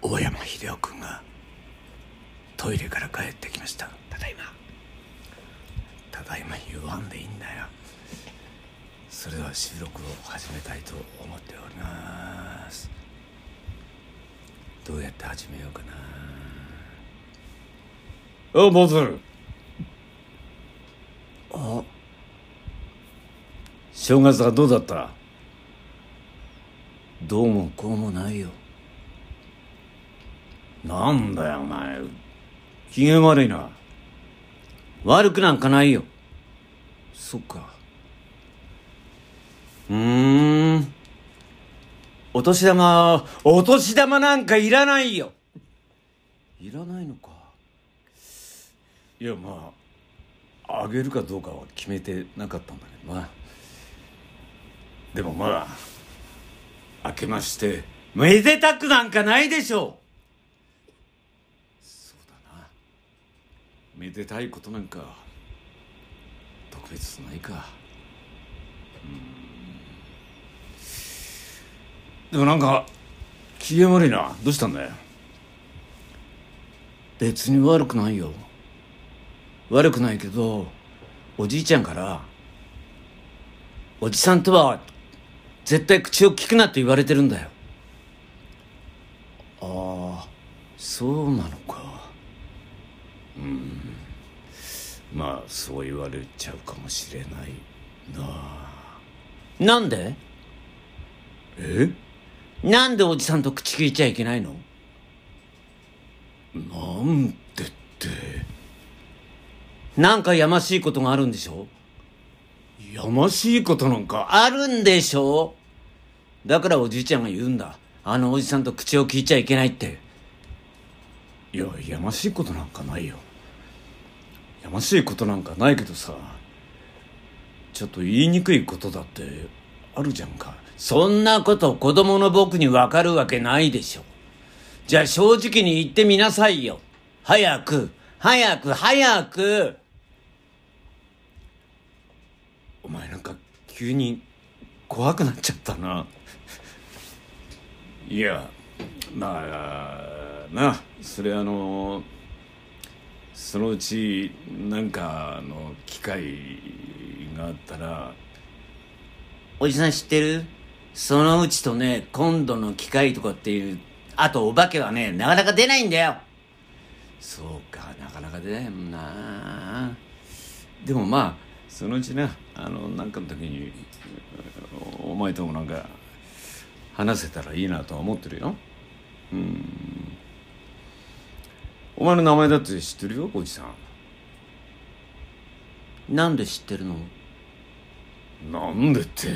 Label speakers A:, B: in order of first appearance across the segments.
A: 大山秀夫君がトイレから帰ってきました
B: ただいま
A: ただいま言わんでいいんだよそれでは収録を始めたいと思っておりますどうやって始めようか
B: あ坊主
A: なあ
B: 正月はどうだった
A: どうもこうもないよ
B: なんだよお前機嫌悪いな
A: 悪くなんかないよそっか
B: うーんお年玉お年玉なんかいらないよ
A: いらないのか
B: いやまああげるかどうかは決めてなかったんだけどなでもまあ明けましてめでたくなんかないでしょそうだなめでたいことなんか特別ないかうーんでもなんか機嫌悪いなどうしたんだよ
A: 別に悪くないよ悪くないけどおじいちゃんから「おじさんとは絶対口を聞くな」って言われてるんだよああそうなのか
B: まあそう言われちゃうかもしれない
A: なんで
B: え
A: なんでおじさんと口聞いちゃいけないの
B: なんでって
A: なんかやましいことがあるんでしょ
B: やましいことなんか
A: あるんでしょだからおじいちゃんが言うんだあのおじさんと口を聞いちゃいけないって
B: いややましいことなんかないよやましいことなんかないけどさちょっと言いにくいことだってあるじゃんか
A: そんなこと子供の僕にわかるわけないでしょ。じゃあ正直に言ってみなさいよ。早く、早く、早く。
B: お前なんか急に怖くなっちゃったないやまあなそれあのそのうちなんかの機会があったら
A: おじさん知ってるそのうちとね、今度の機会とかっていう、あとお化けはね、なかなか出ないんだよ。
B: そうかなかなか出ないもんなでもまあそのうちなあのなんかの時にお前ともなんか話せたらいいなとは思ってるようんお前の名前だって知ってるよおじさ
A: なんで知ってるの
B: んなんでって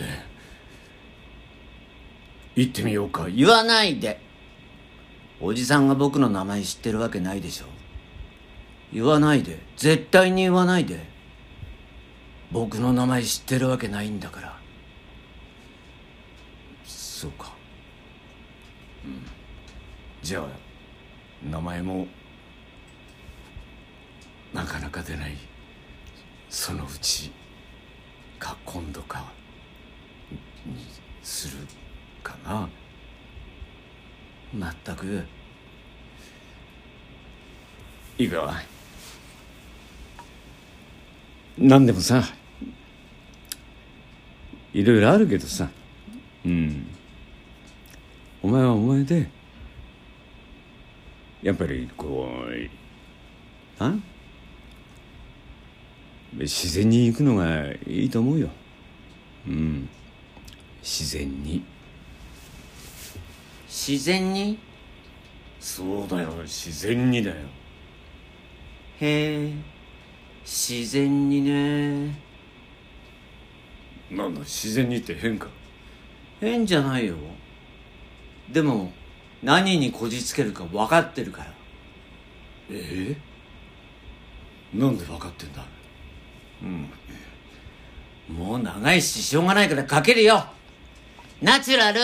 B: 行ってみようかい
A: 言わないで。おじさんが僕の名前知ってるわけないでしょ。言わないで。絶対に言わないで。僕の名前知ってるわけないんだから。
B: そうかうんじゃあ名前もなかなか出ないそのうちか今度かにするかな
A: まったく。
B: いいか何でもさいろいろあるけどさうんお前はお前でやっぱりこうなん自然に行くのがいいと思うようん自然に
A: 自然に
B: そうだよ自然にだよ
A: へえ。自然にね。
B: なんだ自然にって変か
A: 変じゃないよ。でも、何にこじつけるか分かってるから。
B: ええなんで分かってんだ
A: もう長いし、しょうがないからかけるよ。ナチュラル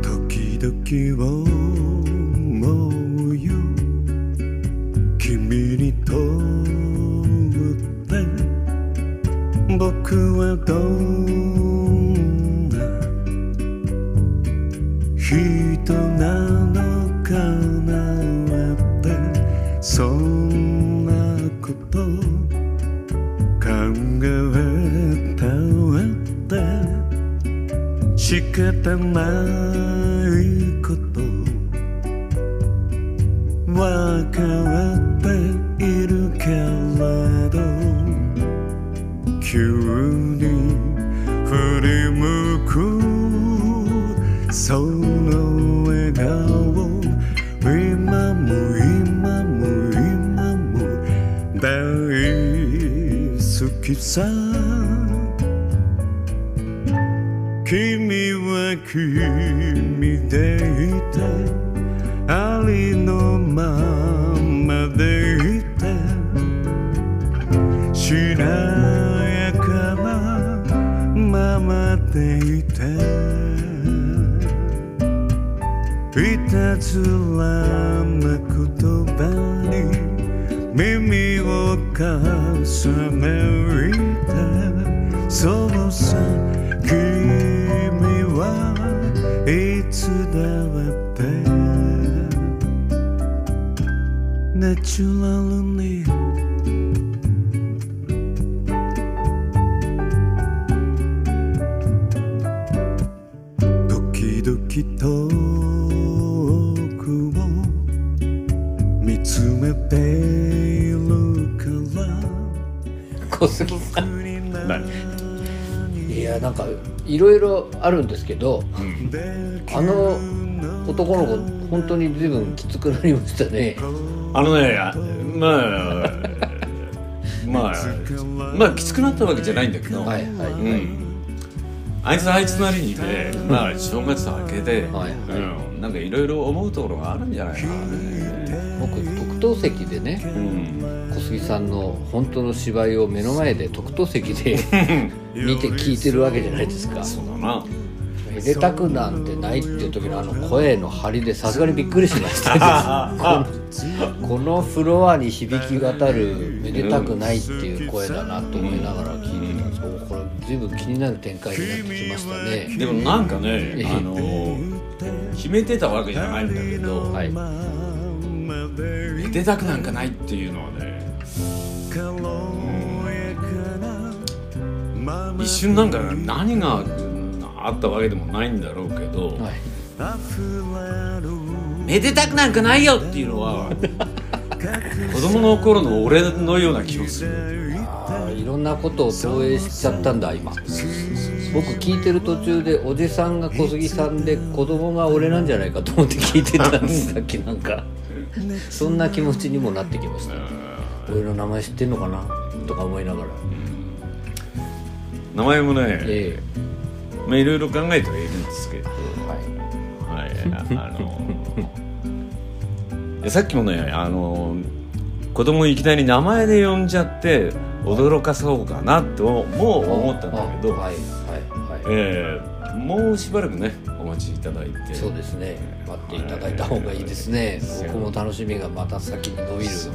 C: 時々思うよ君
A: 君にとって僕はどんな人なのかなってそんなこと考えたって仕方ないことわかっているけれど急に振り向くその笑顔今も今も今も大好きさ君は君でいてありのままでいてしなやかなままでいていたずらな言葉に耳を重ねてそうさ君はいつだってナチュラルに時々遠くを見つめているから
C: 小杉さん
A: 僕に
B: 何
C: いやなんかいろいろあるんですけどあの男の子本当に随分きつくなりましたね
B: あのねあまあまあまあきつくなったわけじゃないんだけど、
C: はいはい、
B: う
C: はい
B: ん、あいつあいつなりにねまあ正月明けで、
C: はい
B: うん、なんかいろいろ思うところがあるんじゃないかなね、
C: 僕特等席でね
B: うん、
C: 小杉さんの本当の芝居を目の前で特等席で見て聞いてるわけじゃないですか
B: そうだな
C: めでたくなんてないっていう時のあの声の張りでさすがにびっくりしましたこのこのフロアに響き渡る「めでたくない」っていう声だなと思いながら聞いてたんですけどこれ随分気になる展開になってきましたね
B: でもなんかね
C: え
B: あの決めてたわけじゃないんだけど、
C: はい
B: めでたくなんかないっていうのはね一瞬なんか何がうんあったわけでもないんだろうけど、
C: はい
B: めでたくなんかないよっていうの は子供の頃の俺のような気もする
C: あーいろんなことを投影しちゃったんだ今僕聞いてる途中でおじさんが小杉さんで子供が俺なんじゃないかと思って聞いてたんですさっきなんかそんな気持ちにもなってきました俺の名前知ってんのかなとか思いながら
B: 名前もね、
C: え
B: まあ、いろいろ考えてはいるんですけど、
C: えはい
B: はい、あの いやさっきもねあの子供いきなり名前で呼んじゃって驚かそうかなともう思ったんだけど、
C: あはいはいはい
B: えーもうしばらくねお待ちいただいて
C: そうですね待っていただいた方がいいですね僕も楽しみがまた先に伸びる
B: そ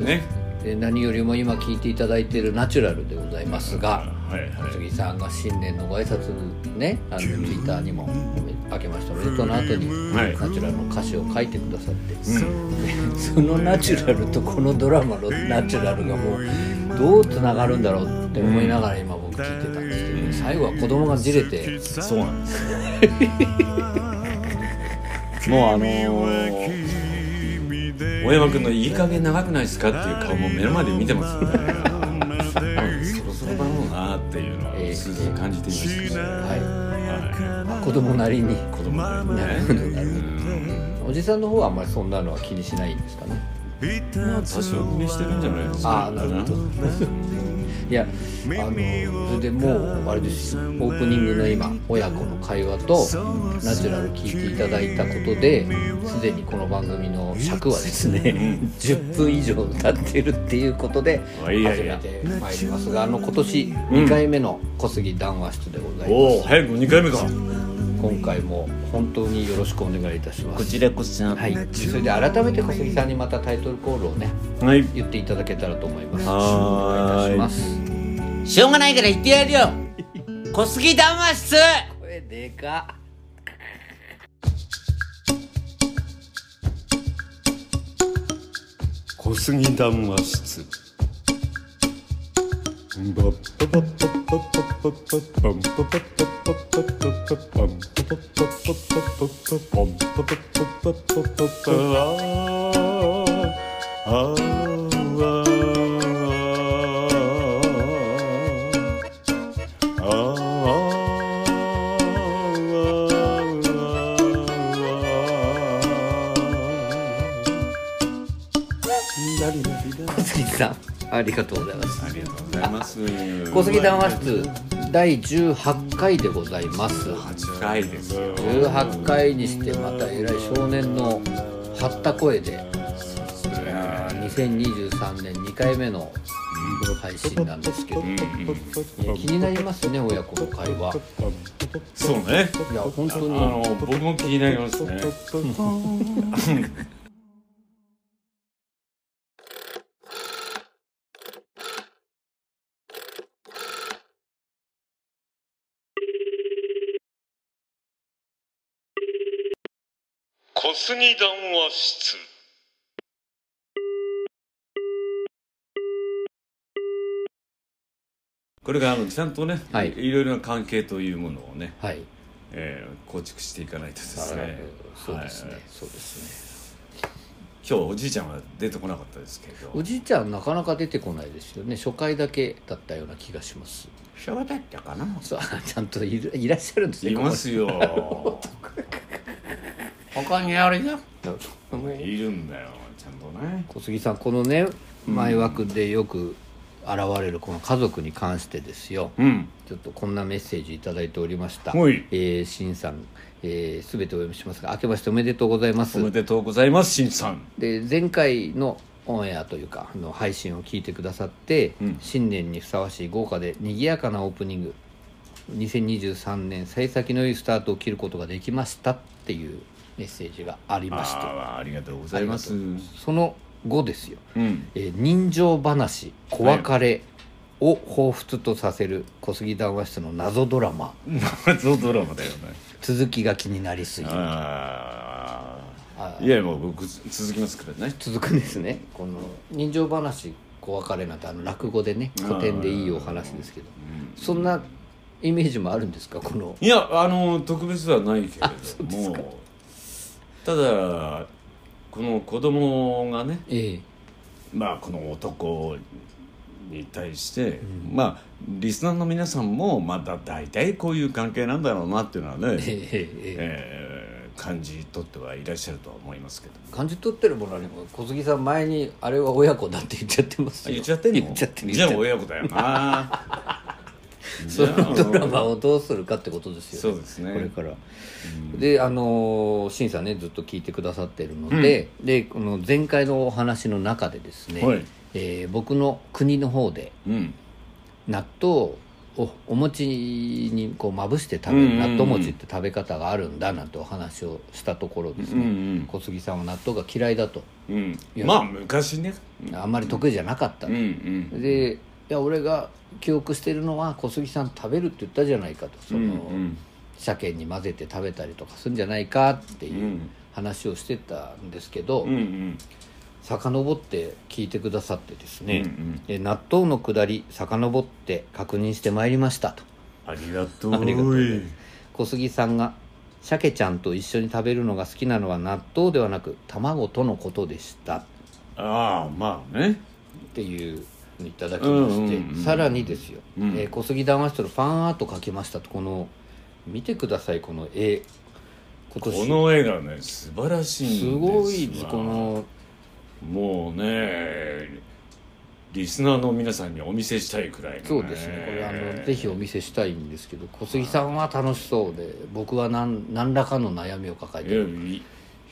B: うね
C: で何よりも今聞いていただいているナチュラルでございますが
B: はいは
C: 小
B: い
C: 杉さんが新年のご挨拶ねあのツイッターにも「明けましておめでとう」の後に、
B: はい
C: ナチュラルの歌詞を書いてくださって、でそのナチュラルとこのドラマのナチュラルがもうどうつながるんだろうって思いながら今僕聞いてたんですけど、最後は子供がじれて
B: そうなんですよもうあのー大山君のいい加減長くないですかっていう顔も目の前で見てますよねそろそろだろうなっていうのは
C: ええ
B: すず感じていましたね、
C: は
B: はい
C: 子供なりに
B: い、子供だよね
C: なるほどなるほおじさんの方はあんまりそんなのは気にしないんですかね
B: うんまあ多少気にしてるんじゃないですか
C: あーなるほどいやあのそれでもうあれですよオープニングの今親子の会話とナチュラル聞いていただいたことですでにこの番組の尺はですね10分以上経ってるっていうことで
B: あ
C: 始
B: いやいや
C: めてまいりますがあの今年2回目の小杉談話室でございます、
B: おお早く2回目か
C: 今回も本当によろしくお願いいたしま
B: こ
C: す
B: ちらこそ
C: は
B: はい
C: それで改めて小杉さんにまたタイトルコールをね
B: い
C: 言っていただけたらと思いますお願いいたし
B: は
C: ます
B: しょうがないから言ってやる よ小杉談話室
C: 声でかっ
D: 小杉談話室
C: 小杉さんありがとうございます
B: ありがとうございます
C: 小杉談話室第18回でございます
B: 深いですよ
C: 18回にしてまた偉い少年の張った声で2023年2回目の配信なんですけど気になりますね親子の会話
B: そうね
C: いや本当
B: あ
C: に
B: の僕も気になりますね
D: 小杉談話室
B: これがあのちゃんとね、
C: はい
B: い、ろいろな関係というものをね、
C: はい
B: えー構築していかないとです
C: な
B: ね
C: るほどそうですね、
B: はい
C: そうですね
B: 今日おじいちゃんは出てこなかったですけど
C: おじいちゃんなかなか出てこないですよね初回だけだったような気がします
B: そうだったかな
C: そうあちゃんといるいらっしゃるんですね
B: いますよ 他にあるよ
C: ここに
B: いるんだよちゃんとね
C: 小杉さんこのね前枠でよく現れるこの家族に関してですよ、
B: うん
C: ちょっとこんなメッセージいただいておりました。
B: はい
C: えー、しんさん、えー、すべてお読みしますが、明けましておめでとうございます
B: お。めでとうございますしんさん
C: で、前回のオンエアというか、あの配信を聞いてくださって、
B: うん
C: 新年にふさわしい豪華で賑やかなオープニング。2023年最先のいいスタートを切ることができましたっていうメッセージがありまして、
B: あーありがとうございます
C: あ
B: うん
C: その後ですよ。
B: うん
C: えー人情話小別れを彷彿とさせる小杉談話室の謎ドラマ
B: 謎ドラマだよね
C: 続きが気になりすぎる
B: あ
C: あ
B: あいやもう僕続きますからね
C: 続くんですねこの人情話小別れなんてあの落語でね古典でいいお話ですけどそんなイメージもあるんですかこの
B: いやあの特別ではないけれどもただこの子供がね
C: ええ
B: まあこの男に対して、まあリスナーの皆さんもまだ大体こういう関係なんだろうなっていうのはね、
C: ええええ
B: えー感じ取ってはいらっしゃるとは思いますけど
C: 感じ取ってるものにも小杉さん前にあれは親子だって言っちゃってますよ
B: 言っちゃってんの
C: 言っちゃってる
B: じゃあ親子だよな
C: そのドラマ
B: を
C: をどうするかってことですよね
B: そうですね
C: これから、であのーシンさんねずっと聞いてくださってるので、でこの前回のお話の中でですね、
B: はい
C: えー僕の国の方で
B: うん
C: 納豆をお餅にこうまぶして食べる、
B: うんうんうん
C: 納豆餅って食べ方があるんだなんてお話をしたところです
B: うん
C: ね、小杉さんは納豆が嫌いだと
B: うん
C: いうや
B: んまあ昔ね
C: あんまり得意じゃなかった
B: うんうん
C: でいや俺が記憶してるのは小杉さん食べるって言ったじゃないかとその、
B: うん
C: 鮭に混ぜて食べたりとかするんじゃないかって
B: うんう
C: いうん話をしてたんですけど、
B: うんうん
C: 遡って聞いてくださってですね、
B: うんうん
C: え納豆のくだり遡って確認してまいりましたと
B: ありがとう
C: ありがとうございます小杉さんが鮭ちゃんと一緒に食べるのが好きなのは納豆ではなく卵とのことでしたっ
B: ああまあね
C: ていうのいただきまして、
B: うんうんうん
C: さらにですよ、
B: うん
C: えー小杉談話室のファンアート描きましたとこの見てくださいこの絵
B: こ
C: 今年
B: の絵がね素晴らしい
C: す
B: ん
C: ご
B: です
C: い
B: わ
C: この
B: もうねリスナーの皆さんにお見せしたいくらいの
C: そうですねこれあのぜひお見せしたいんですけど小杉さんは楽しそうで僕は何何らかの悩みを抱えてる
B: いやい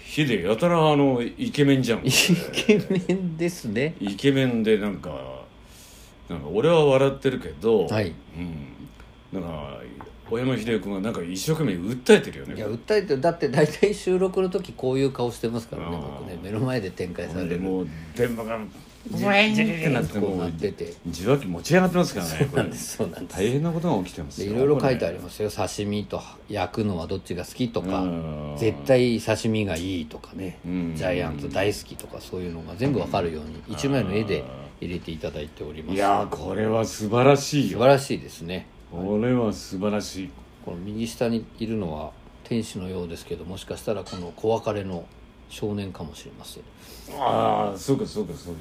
B: ヒデやたらあのイケメンじゃん
C: イケメンですね
B: イケメンでなんかなんか俺は笑ってるけど、
C: はい
B: うん、なんか小山秀夫君はなんか一生懸命訴えてるよね
C: いや訴えてだって大体収録の時こういう顔してますからね
B: あー
C: 僕ね目の前で展開され
B: で
C: る
B: もう電話が
C: ジリジリってなってこう
B: も
C: な
B: う
C: ってて
B: 受話器持ち上がってますからね
C: そうなんですそうなんです
B: 大変なことが起きてます
C: で
B: よ
C: いろいろ書いてあり
B: す
C: ますよ刺身と焼くのはどっちが好きとか
B: うん
C: 絶対刺身がいいとかね
B: うん
C: ジャイアント大好きとかそういうのが全部わかるように一枚の絵で入れていただいております
B: いやーこれは素晴らしい
C: 素
B: よ
C: 晴らしいですね
B: これは素晴らしい
C: この右下にいるのは天使のようですけどもしかしたらこの小別れの少年かもしれません
B: ああそうかそうかそう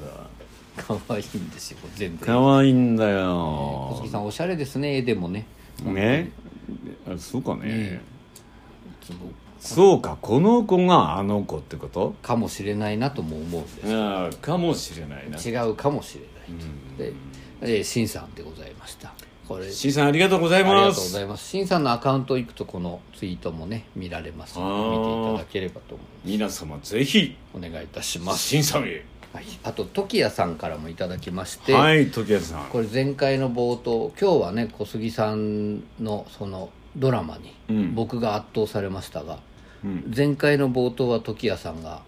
B: か
C: 可愛いんですよ全部
B: 可愛いんだ
C: 小
B: よ
C: 杉さんおしゃれですね絵でもね
B: ねあそうかね、
C: えその
B: そうかこの子があの子ってこと
C: かもしれないなとも思うんで
B: ああかもしれないな
C: す違うかもしれないとでえーしんさんでございましたこれ
B: しんさんありがとうござい
C: ありが
B: ま
C: とうご
B: す
C: ざいます。しんさんのアカウント行くとこのツイートもね見られますので見ていただければと思
B: 皆様ぜひ
C: うお願いいたします。
B: しんさんへ
C: はい、あと時矢さんからもいただきまして、
B: はい時矢さん
C: これ前回の冒頭今日はね小杉さんのそのドラマに
B: ん
C: 僕が圧倒されましたが、
B: うん
C: 前回の冒頭は時矢さんが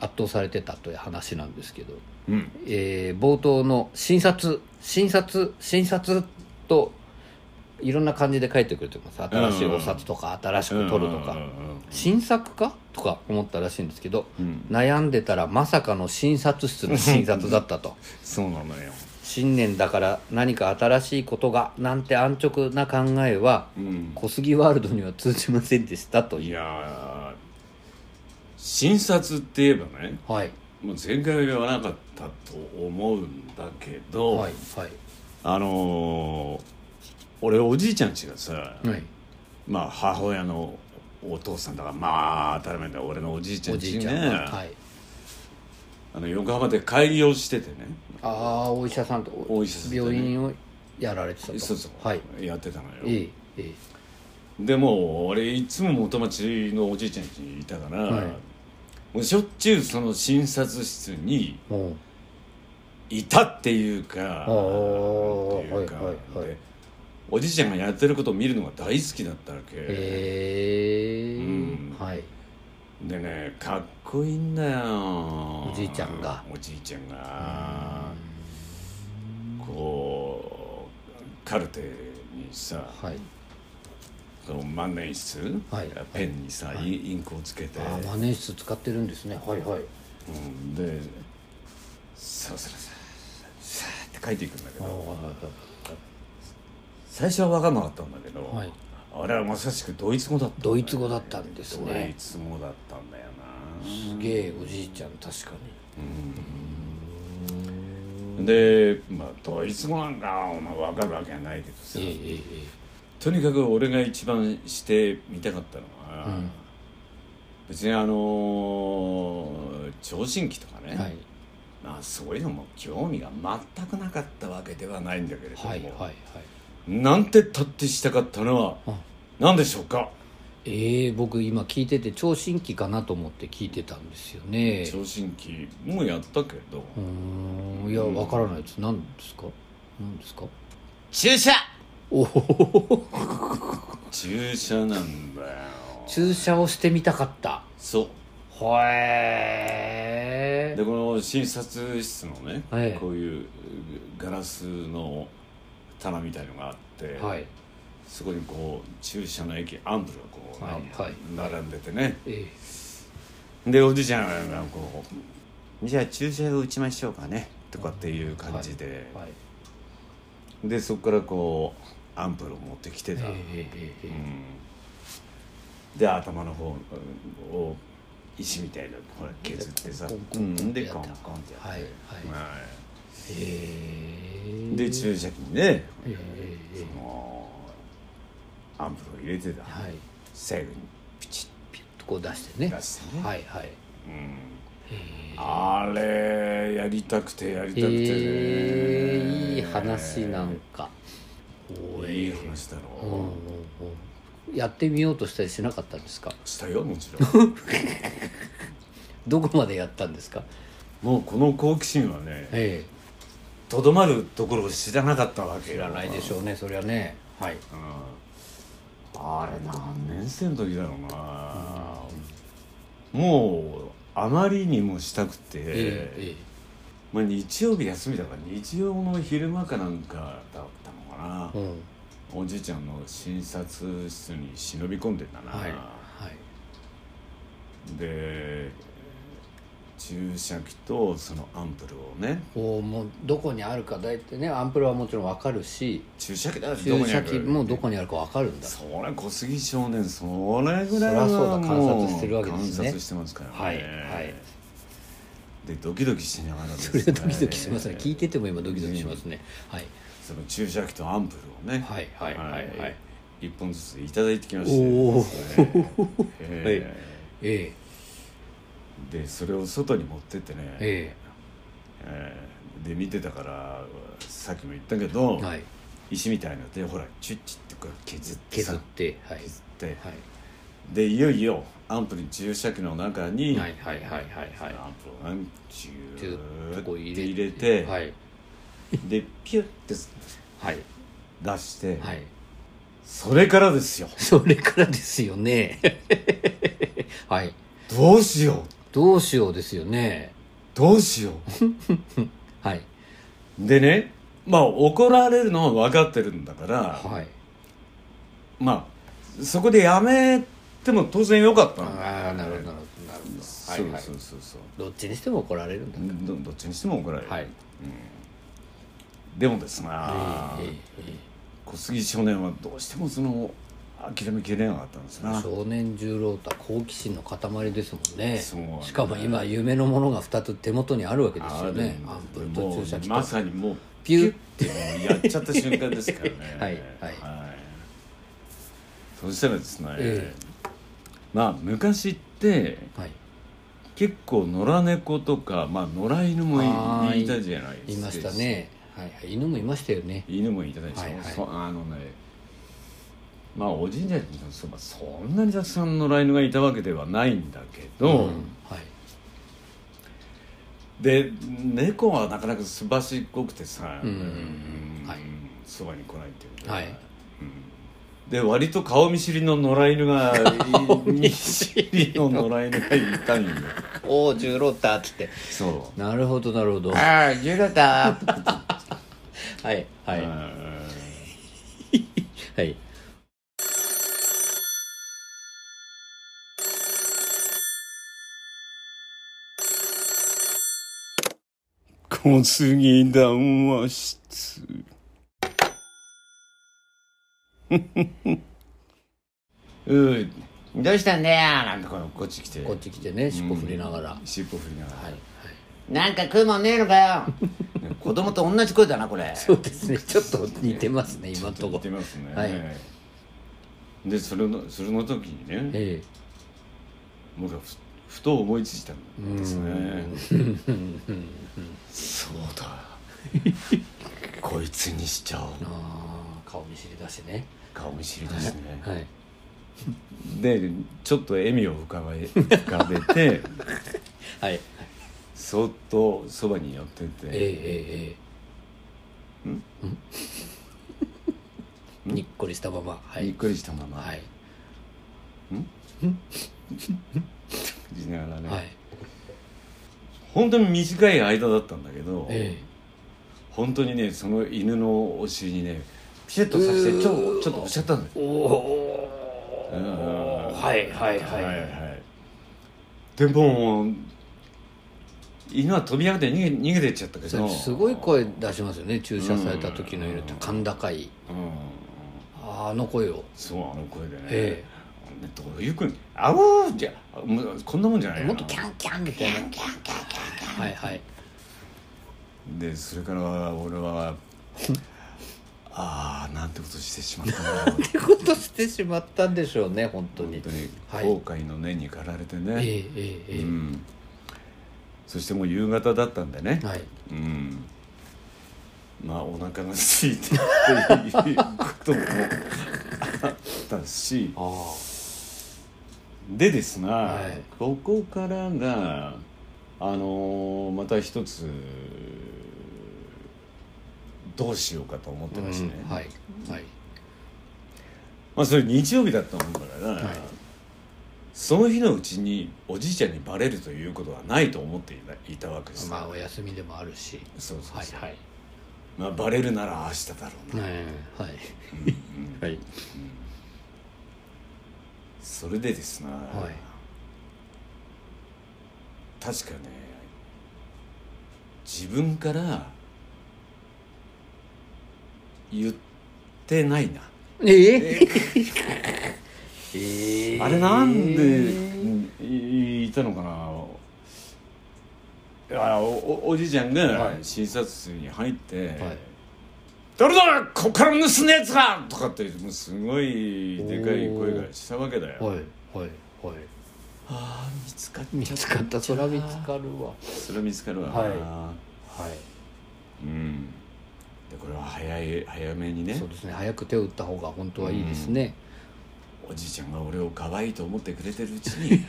C: 圧倒されてたという話なんですけど、
B: うん
C: えー冒頭の診察診察診察といろんな感じで書いてくれてます新しいお札とか新しく取るとか、
B: うんうんうんうん
C: 新作かとか思ったらしいんですけど、
B: ん
C: 悩んでたらまさかの診察室の診察だ ったと
B: そうなのよ
C: 新年だから何か新しいことがなんて安直な考えは、
B: ん
C: 小杉ワールドには通じませんでしたと
B: い
C: いう
B: やー診察って言えばね
C: はい
B: もう前回は言わなかったと思うんだけど、
C: はいはい
B: あのー俺おじいちゃんちがさ、
C: はい
B: まあ母親のお父さんだからまあ当たり前だ俺のおじいちゃ
C: お
B: ん
C: じ
B: ち
C: いち
B: ね
C: ゃんは、はい
B: あの横浜で開業しててね
C: ああお医者さんと
B: お医者さんとね
C: 病院をやられてたと
B: そうそう、
C: はい
B: やってたのよ、
C: ええええ
B: でもう俺いつも元町のおじいちゃんちにいたから、
C: はい
B: もうしょっちゅうその診察室に
C: も
B: いたっていうか
C: あー
B: っていうか、
C: はいはいはい
B: でおじいちゃんがやってることを見るのが大好きだったわけ、
C: ええ
B: うん
C: はい
B: でねかっこいいんだよ
C: おじいちゃんが
B: おじいちゃんがこうカルテにさ
C: はい
B: その万年筆、
C: はい
B: ペンにさ、インインクをつけて、
C: ああマネ室使ってるんですねはいはい
B: うん、でさらさらささーって書いていくんだけど最初は分かんなかったんだけど、
C: はい
B: あれはまさしくドイツ語だったんだよ
C: ドイツ語だったんですね
B: ドイツ語だったんだよな
C: すげえおじいちゃん確かに
B: で、まあ、ドイツ語なんか、まあ、分かるわけはないけどさ、
C: ええええ
B: とにかく俺が一番してみたかったのは、別にあのー聴診器とかね、
C: ええはい
B: まあ、そういうのも興味が全くなかったわけではないんだけれども、
C: はいはいはい
B: なんてたってしたかったのは
C: あ
B: 何でしょうか
C: ええ僕今聞いてて聴診器かなと思って聞いてたんですよね
B: 聴診器もやったけど、
C: うーんいやわからないです何ですか何ですか
B: 注射
C: おお
B: 注射なんだよ
C: 注射をしてみたかった
B: そう
C: ほえ
B: でこの診察室のね、
C: はい
B: こういうガラスの棚みたいのがあって、
C: はい
B: そこにこう注射の液アンプルがこう、
C: はいはい
B: 並んでてね
C: ええ
B: でおじいちゃんがこう「じゃあ注射を打ちましょうかね」とかっていう感じで、
C: はい
B: でそこからこうアンプルを持ってきて
C: え
B: た、
C: えええええ
B: で頭の方を石みたいなこれ削ってさ
C: コン
B: う
C: コンコン
B: ん
C: って
B: で
C: や
B: コ
C: っ
B: ン
C: た
B: コンってやって、
C: はいはい
B: は
C: ええ
B: いで注射器にね
C: ええええ
B: もうアンプルを入れてた、
C: はい
B: 最後にピチ
C: ピュッとこう出してね
B: 出してね
C: はいは
B: ッ
C: い
B: あれやりたくてやりたくてね、
C: ええいい話なんかお
B: いい
C: い
B: 話だろ
C: うんうんうんやってみようとしたりしなかったんですか
B: したよもち ろん
C: どこまでやったんですか
B: もうこの好奇心はね
C: え
B: とどまるところを知らなかったわけ
C: え知らないでしょうねそりゃねはい
B: うんあれ何年生の時だろうな、もうあまりにもしたくて、
C: ええ
B: まあ、日曜日休みだから日曜の昼間かなんかだったのかな、
C: ええうん
B: おじいちゃんの診察室に忍び込んでたな、
C: はいはい
B: で注射器とそのアンプルをね
C: おーもうどこにあるか大体ねアンプルはもちろん分かるし
B: 注射器だってど
C: 注
B: こにあ
C: 射
B: る
C: 器もどこにあるか分かるんだ
B: そりゃ小杉少年それぐらい
C: そりゃそう
B: はも
C: だ
B: う
C: 観察してるわけですね
B: 観察してますからね
C: はいはい
B: でドキドキしながらです
C: それはドキドキしますね聞いてても今ドキドキしますねはい
B: その注射器とアンプルをね
C: はいはいはいはい
B: 一本ずついただいてきまして
C: お
B: ええ
C: はいえ
B: でそれを外に持ってってね
C: え、え
B: ええで見てたからさっきも言ったけど、
C: えはい
B: 石みたいなのでほらチュッチュッてこう削ってさ
C: 削ってはい
B: 削って
C: は
B: でいよいよアンプルに注射器の中に、
C: いはいはいはいはいはい
B: アンプルをねチ
C: ちょ
B: ュ
C: っ
B: ー
C: と
B: ッ
C: こ
B: て
C: う入
B: 入
C: れ
B: れて、
C: はい
B: でピュッて
C: はい
B: 出して、
C: はい
B: それからですよ
C: それからですよね はい
B: どうしよう
C: どうしようですよね
B: どうしよ
C: はいう
B: でねまあ怒られるのは分かってるんだから、
C: はい
B: まあそこでやめても当然よかったの
C: ああなるほどなるほどなるほ
B: そ
C: ど
B: う
C: はいはい
B: そうそうそう
C: どっちにしても怒られるんだ
B: どどっちにしても怒られる、
C: はい
B: でもですな、
C: えええ
B: 小杉少年はどうしてもその諦めきれなかったんです
C: え
B: な
C: 少年十郎太好奇心の塊ですもんね
B: そうなんだ
C: しかも今夢のものが2つ手元にあるわけです
B: あ
C: よ
B: るん
C: ね
B: で
C: アンプル
B: も
C: と
B: う
C: 注射器と
B: まさにもう
C: ピュッ
B: ピュッてもうやっちゃった瞬間ですからね
C: はいはい
B: そしたらですね、
C: え
B: まあ昔って
C: はい
B: 結構野良猫とか、まあ、野良犬も
C: あ
B: い
C: ー
B: いたじゃないですか
C: いましたねはいはい犬もいましたよね
B: 犬もいただいて、
C: はいはい
B: そあのねまあおじいちゃんにそばそんなにたくさんのライ犬がいたわけではないんだけど、
C: はい
B: で猫はなかなかすばしっこくてさ、
C: うん
B: うん
C: はい
B: そばに来ないっていうか、
C: はい
B: うんで割と顔見知りの野良犬が見知りの野良犬がいたんよ
C: おお十郎太っつって
B: そ
C: なるほどなるほど
B: う
C: は
B: ああよかった
C: いはいはいう
B: 小杉談話室うーどうしたんだよなんかこっち来て
C: こっち来てね尻尾振りながら、
B: 尻尾振りながら、
C: はいはい
A: なんか食うもんねえのか よ子供と同じ声だなこれ
C: そうですねちょっと似てますね今のと
B: 行
C: こ
B: ってますね、
C: はい
B: でそれのそれの時にね
C: え
B: 僕はふふと思いついたんですねそうだこいつにしちゃおう
C: えああ顔見知りだしね
B: 顔見知りですね
C: はい
B: でちょっと笑みを浮かべ浮かべて
C: はい
B: そっとそばに寄ってっ
C: えええ
B: て
C: えええんにっこりしたままは
B: びっ
C: い
B: くりしたまま
C: はい
B: しながらね、
C: はい
B: 本当に短い間だったんだけど、
C: え
B: 本当にねその犬のお尻にねピシッとさせてちょちょっと押しちゃったんだよ
C: えおおはいはいはい
B: はいでも犬は飛び上がって逃げ逃げてっちゃったけ
C: そ
B: ど
C: れすごい声出しますよね注射された時の犬って甲高い
B: うん
C: あの声を
B: そうあの声でね、
C: え
B: でどういう声あおーじゃもうこんなもんじゃないよな
C: もっとキャンキャンみたいなはいはい
B: でそれから俺はああなんてことしてしまったな 本
C: ってことしてしまったんでしょうね本当に
B: 当に
C: はい
B: 後悔の念に駆られてね、
C: えええええ
B: うん、そしてもう夕方だったんでね
C: え、はい
B: うん、まあお腹が空いてっていうこともあったし
C: ああ
B: でですな、
C: はい
B: ここからがあのーまた一つどうしようかと思ってましてね、
C: はいはい
B: まあそれ日曜日だったもんだから、その日のうちにおじいちゃんにバレるということはないと思っていたいたわけです、
C: まあお休みでもあるし
B: そうそう
C: はい
B: そう
C: はい
B: まあ、バレるなら明日だろうな、
C: ねえはいはい
B: それでですな、
C: はい
B: 確かね自分から言ってないな、
C: ええ ええ
B: あれなんでうんいいたのかないやおおおじいちゃんが
C: はい
B: 診察室に入って「
C: はい
B: 誰だここから盗んだやつが!」とかってもうすごいでかい声がしたわけだよ。
C: はいはいはい
B: あー見つかっ
C: 見
B: ちゃ
C: つかったそら見つかるわ
B: それは見つかるわな、
C: ははい
B: うんでこれは早い早めにね
C: そうですね早く手を打った方が本当はいいですね、
B: おじいちゃんが俺を可愛いと思ってくれてるうち に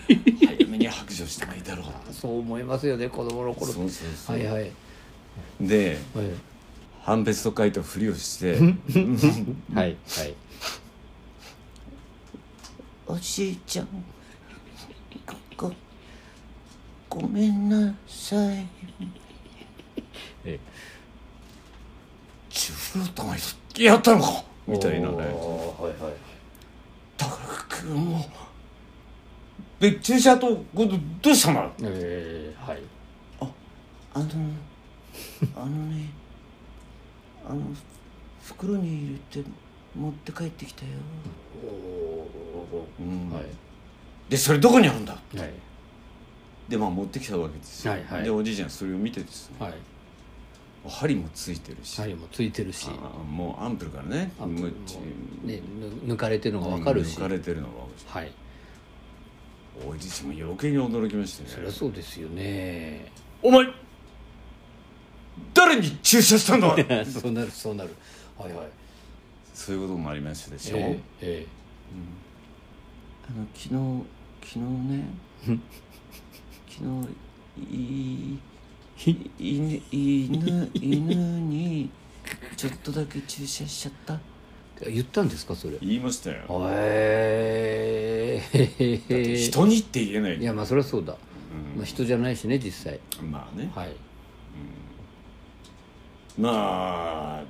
B: 早めに白状した方がいいだろう
C: あそう思いますよね子供の頃
B: そうそうそう
C: はいはいはい
B: で判別と書いたふりをして
C: はいはい
B: 「おじいちゃんごごめんなさい
C: え」
B: 自分のためにやったのかみたいな
C: おー
B: ね
C: はいはい
B: たく君も別注射とどどうしたの
C: えー、はい
B: あのあのねあの袋に入れて持って帰ってきたよ、
C: お
B: う
C: お
B: ん
C: はい
B: でそれどこにあるんだ
C: はい
B: でまあ持ってきたわけですよ、
C: はいはい
B: でおじいちゃんそれを見てですね
C: はい
B: 針もついてるし、
C: 針もついてるし
B: あーもうアンプルからね
C: アンプル
B: むっ
C: も
B: ち
C: ねぬ抜かれてるのがわかるし
B: 抜かれてるのが分か
C: はい
B: るしおじいちゃんも余計に驚きました
C: そ
B: ね
C: りゃそうですよね
B: お前誰に注射したんだ
C: そうなるそうなるはいはい
B: そういうこともありましたでしょ、
C: えええ
B: あの昨日昨日 ね昨日いい犬犬犬にちょっとだけ注射しちゃった
C: え言ったんですかそれ
B: 言いましたよ
C: へえ
B: 人にって言えない
C: いやまあそりゃそうだ、まあ、人じゃないしね実際
B: まあね、
C: はい
B: まあ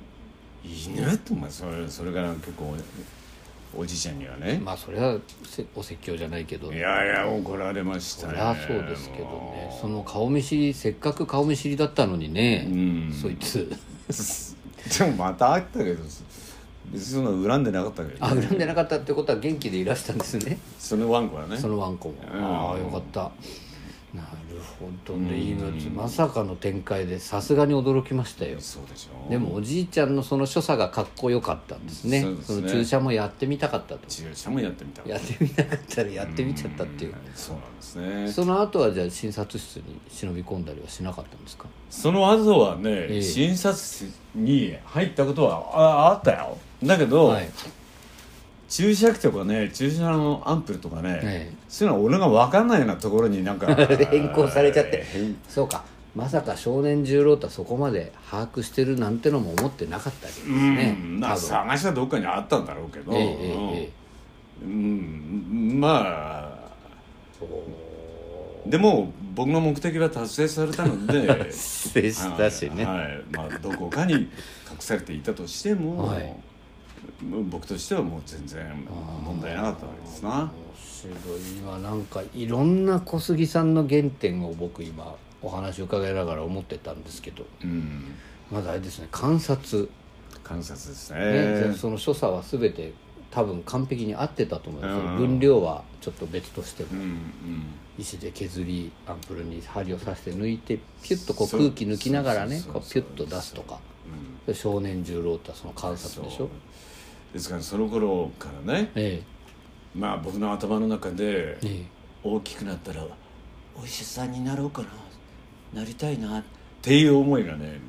B: 犬ってまあそれそれが結構おじいちゃんにはね、
C: まあそれはせお説教じゃないけど
B: いやいや怒られました
C: そ
B: ね
C: りゃそうですけどねそ
B: も
C: の顔見知りせっかく顔見知りだったのにね、
B: ううん
C: そいつ
B: でもまた会ったけど別にそんな恨んでなかったけど、
C: あ恨んでなかったってことは元気でいらしたんですね
B: そのワンコはね
C: そのワンコも
B: うん
C: ああよかったなるほどね命まさかの展開でさすがに驚きましたよ
B: そうでしょ
C: でもおじいちゃんのその所作がかっこよかったんですね
B: そ
C: そう
B: ですね
C: の注射もやってみたかったと
B: 注射もやってみた
C: やってみなかったらやってみちゃったっていう
B: そうなんですねそ
C: その後はじゃあ診察室に忍び込んだりはしなかったんですか
B: の後はね、
C: ええ
B: 診察室に入ったことはああったよだけど、
C: はい
B: 注射器とかね注射のアンプルとかね、
C: ええ
B: そういうのは俺が分かんないようなところになんか
C: 変更されちゃって
B: 変
C: そうかまさか少年十郎太そこまで把握してるなんてのも思ってなかったわけです
B: うん、
C: ね
B: まあ探したどっかにあったんだろうけど、
C: えええええ
B: うん、うんまあ
C: えお
B: でも僕の目的は達成されたの で
C: 接したしね
B: はいはいまあ、どこかに隠されていたとしても、
C: はい
B: もう僕としてはもう全然問題なかったわけですな
C: 面白い今なんかいろんな小杉さんの原点を僕今お話伺いながら思ってたんですけど
B: うん
C: まずあれですね観察、
B: 観察ですね
C: ね、その所作は全て多分完璧に合ってたと思います、
B: うん
C: 分量はちょっと別としても、
B: うんうん
C: 石で削りアンプルに針を刺して抜いてピュッとこう
B: そう
C: 空気抜きながらね
B: そうそう
C: こうピュッと出すとか
B: うん
C: 少年十郎太その観察でし
B: そう
C: ょ
B: ですからその頃からね
C: え
B: まあ僕の頭の中で
C: ええ
B: 大きくなったらお医者さんになろうかななりたいなっていう思いがね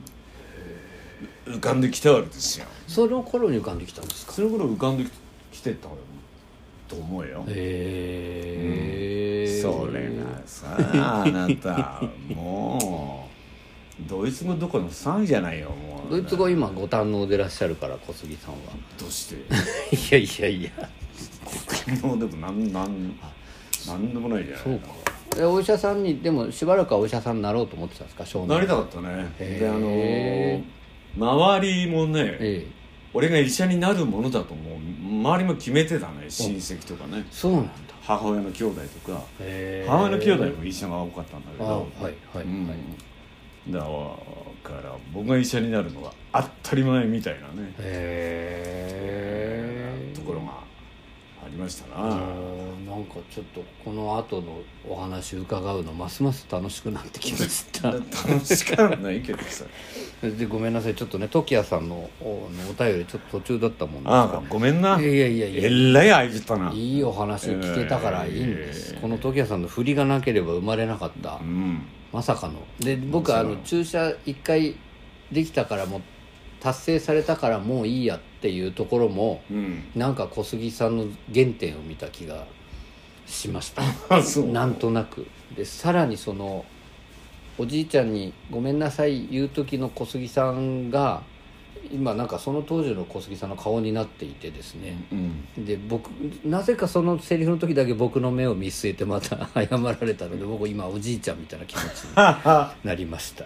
B: 浮かんできたわけですよ
C: えその頃に浮かんできたんですか
B: その頃浮かんできてたと思うよ
C: ええ
B: それがさあなたもうドイツ語どころの3位じゃないよもう
C: ドイツ語今ご堪能でらっしゃるから小杉さんは
B: どうして
C: いやいやいや
B: もうでもなんなんなんでもないじゃない
C: そうかえお医者さんにでもしばらくはお医者さんになろうと思ってたんですか少年
B: なりたかったね
C: へー
B: であの周りもね
C: ええ
B: 俺が医者になるものだともう周りも決めてたね親戚とかね
C: そうなんだ
B: 母親の兄弟とか
C: へえ
B: 母親の兄弟も医者が多かったんだけ
C: あ
B: ど
C: はいはい、
B: うん
C: はい
B: だから僕が医者になるのが当たり前みたいなね
C: へえ
B: ところがありました
C: あ
B: な
C: ーなんかちょっとこの後のお話伺うのますます楽しくなってきました
B: 楽しかないけどさ
C: でごめんなさいちょっとね時矢さんのおお便りちょっと途中だったもんで
B: ああごめんない
C: やいやいやいや
B: えらい愛じったない
C: いお話を聞けたからいいんです、
B: えー
C: この時矢さんの振りがなければ生まれなかった、
B: うん
C: まさかので僕はあの注射1回できたからもう達成されたからもういいやっていうところも
B: うん
C: なんか小杉さんの原点を見た気がしました
B: あそう
C: なんとなくでさらにそのおじいちゃんに「ごめんなさい」言う時の小杉さんが今なんかその当時の小杉さんの顔になっていてですね、
B: うん
C: で僕なぜかそのセリフの時だけ僕の目を見据えてまた謝られたの で僕今おじいちゃんみたいな気持ちになりました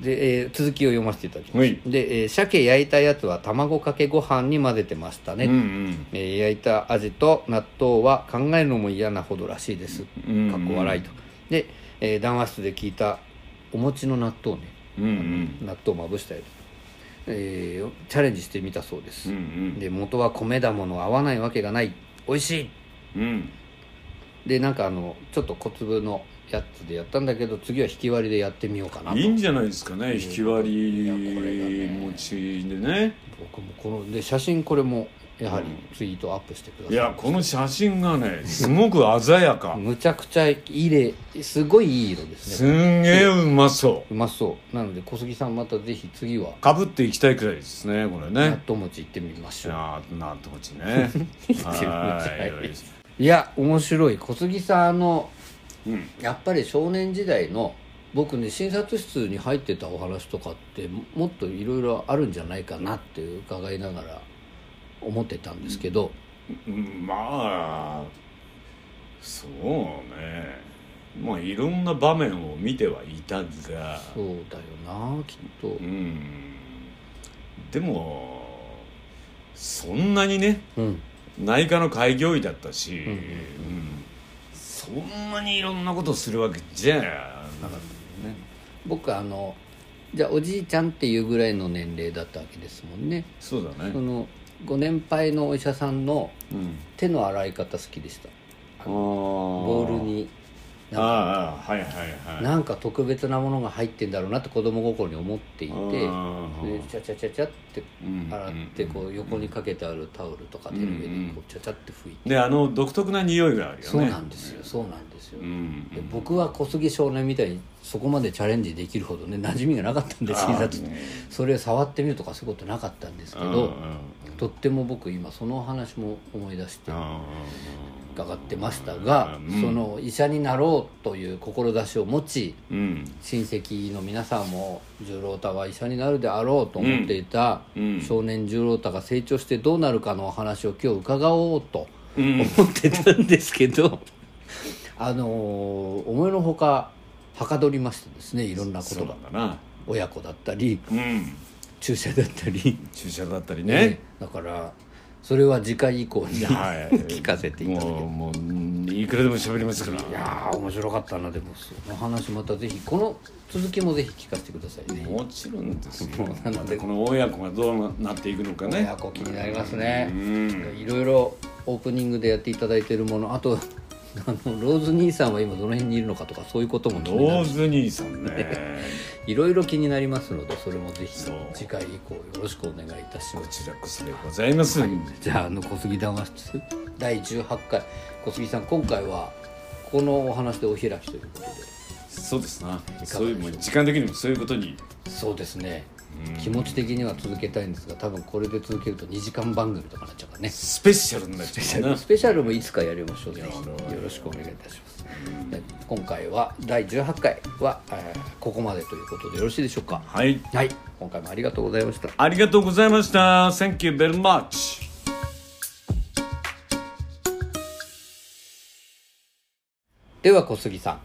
C: で、えー続きを読ませていただきま
B: は
C: す
B: い
C: で、えー鮭焼いたやつは卵かけご飯に混ぜてましたね、
B: うんうん
C: えー焼いたアジと納豆は考えるのも嫌なほどらしいです
B: うん
C: かっこ笑いとで、えー談話室で聞いたお餅の納豆ね
B: うんうん
C: 納豆まぶしたやつ、えーチャレンジしてみたそうです、
B: うんうん
C: で元は米だもの合わないわけがない美味し
B: うん
C: いでなんかあのちょっと小粒のやつでやったんだけど次は引き割りでやってみようかなと
B: いいんじゃないですかね引き割
C: いやこれが
B: り
C: ね
B: 持ちでね
C: 僕もこので写真これもやはりツイートアップしてくださ
B: い
C: い、
B: やこの写真がねすごく鮮やか
C: むちゃくちゃいいれすごいいい色です
B: す
C: ね
B: んげえうまそう
C: まそうなので小杉さんまたぜひ次は
B: うかぶっていきたいくらいですねこれ
C: 納
B: ね
C: 豆餅行ってみましょう
B: ああなんとこっち ねはい
C: いや面白い小杉さんあの
B: うん
C: やっぱり少年時代の僕ね診察室に入ってたお話とかってももっといろいろあるんじゃないかなって伺いながら思ってたんですけど、
B: うんまあそうねまあいろんな場面を見てはいたが
C: そうだよなきっと
B: うんでもそんなにね
C: うん
B: 内科の開業医だったし、
C: ん
B: うんそんなにいろんなことするわけじゃなかったね
C: 僕あのじゃあおじいちゃんっていうぐらいの年齢だったわけですもんね、
B: そうだ
C: そ
B: ね
C: のご年配のお医者さんの
B: うん
C: 手の洗い方好きでしたボ
B: ボ
C: ールになんか
B: ああはいはいはい
C: なんか特別なものが入ってんだろうなって子供心に思っていて
B: あ
C: で
B: ー
C: チャチャチャチャって
B: うん
C: 洗ってこう横にかけてあるタオルとか手の上にこうチャチャって拭いて、
B: であの独特な匂いがあるよね
C: そうなんですよそうなんですよ、
B: うん
C: で僕は小杉少年みたいにそこまでチャレンジできるほどね馴染みがなかったんで
B: あー
C: 診察ってそれ触ってみるとかそういうことなかったんですけど
B: うんうんうん
C: とっても僕今そのお話も思い出して
B: あ
C: 伺ってましたが、
B: うん
C: その医者になろうという志を持ち
B: ーうん
C: 親戚の皆さんも十郎太は医者になるであろうと思っていた
B: うんうん
C: 少年十郎太が成長してどうなるかのお話を今日伺おうと
B: うん
C: 思ってたんですけど あのー思いのほかはかどりましてですねいろんなこ
B: そ
C: と
B: う
C: が
B: なんだな
C: 親子だったり
B: うん
C: 注射だったり、
B: 注射だったりね
C: だからそれは次回以 降に
B: はい
C: 聞かせていただきます
B: もうもううんいくらでも喋りますから
C: いやー面白かったなでもその話またぜひこの続きもぜひ聞かせてくださいね
B: もちろんですよ
C: もうなので
B: この親子がどうなっていくのかね
C: 親子気になりますね
B: うん
C: いろいろオープニングでやっていただいているものあとあのローズ兄さんは今どの辺にいるのかとかそういうことも気
B: ロ
C: にな
B: ー
C: る
B: ズ兄さんね
C: いろいろ気になりますのでそれもぜひ
B: そう
C: 次回以降よろしくお願いいたし
B: こ
C: ます
B: ちらこそでございます
C: じゃああの小杉談話室第18回小杉さん今回はこのお話でお開きということで
B: そうですな
C: しょう
B: そういうもう時間的にもそういうことに
C: そうですね気持ち的には続けたいんですが多分これで続けると2時間番組とかになっちゃうからね
B: スペシャルになっちゃうな
C: スペシャルもいつかやりましょうぜひよろしくお願いいたしますで今回は第18回は、えーここまでということでよろしいでしょうか
B: はい
C: はい今回もありがとうございました
B: ありがとうございました。Thank you very much.
C: では小杉さん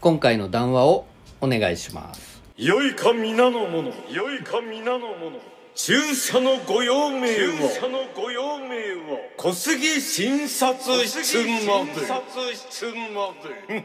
C: 今回の談話をお願いします
A: 良いか皆の者良いか皆の者
B: 注射のご用命
A: 勇
B: を
A: 者のご用命を
B: 小杉診察室まで。
A: 診察室まで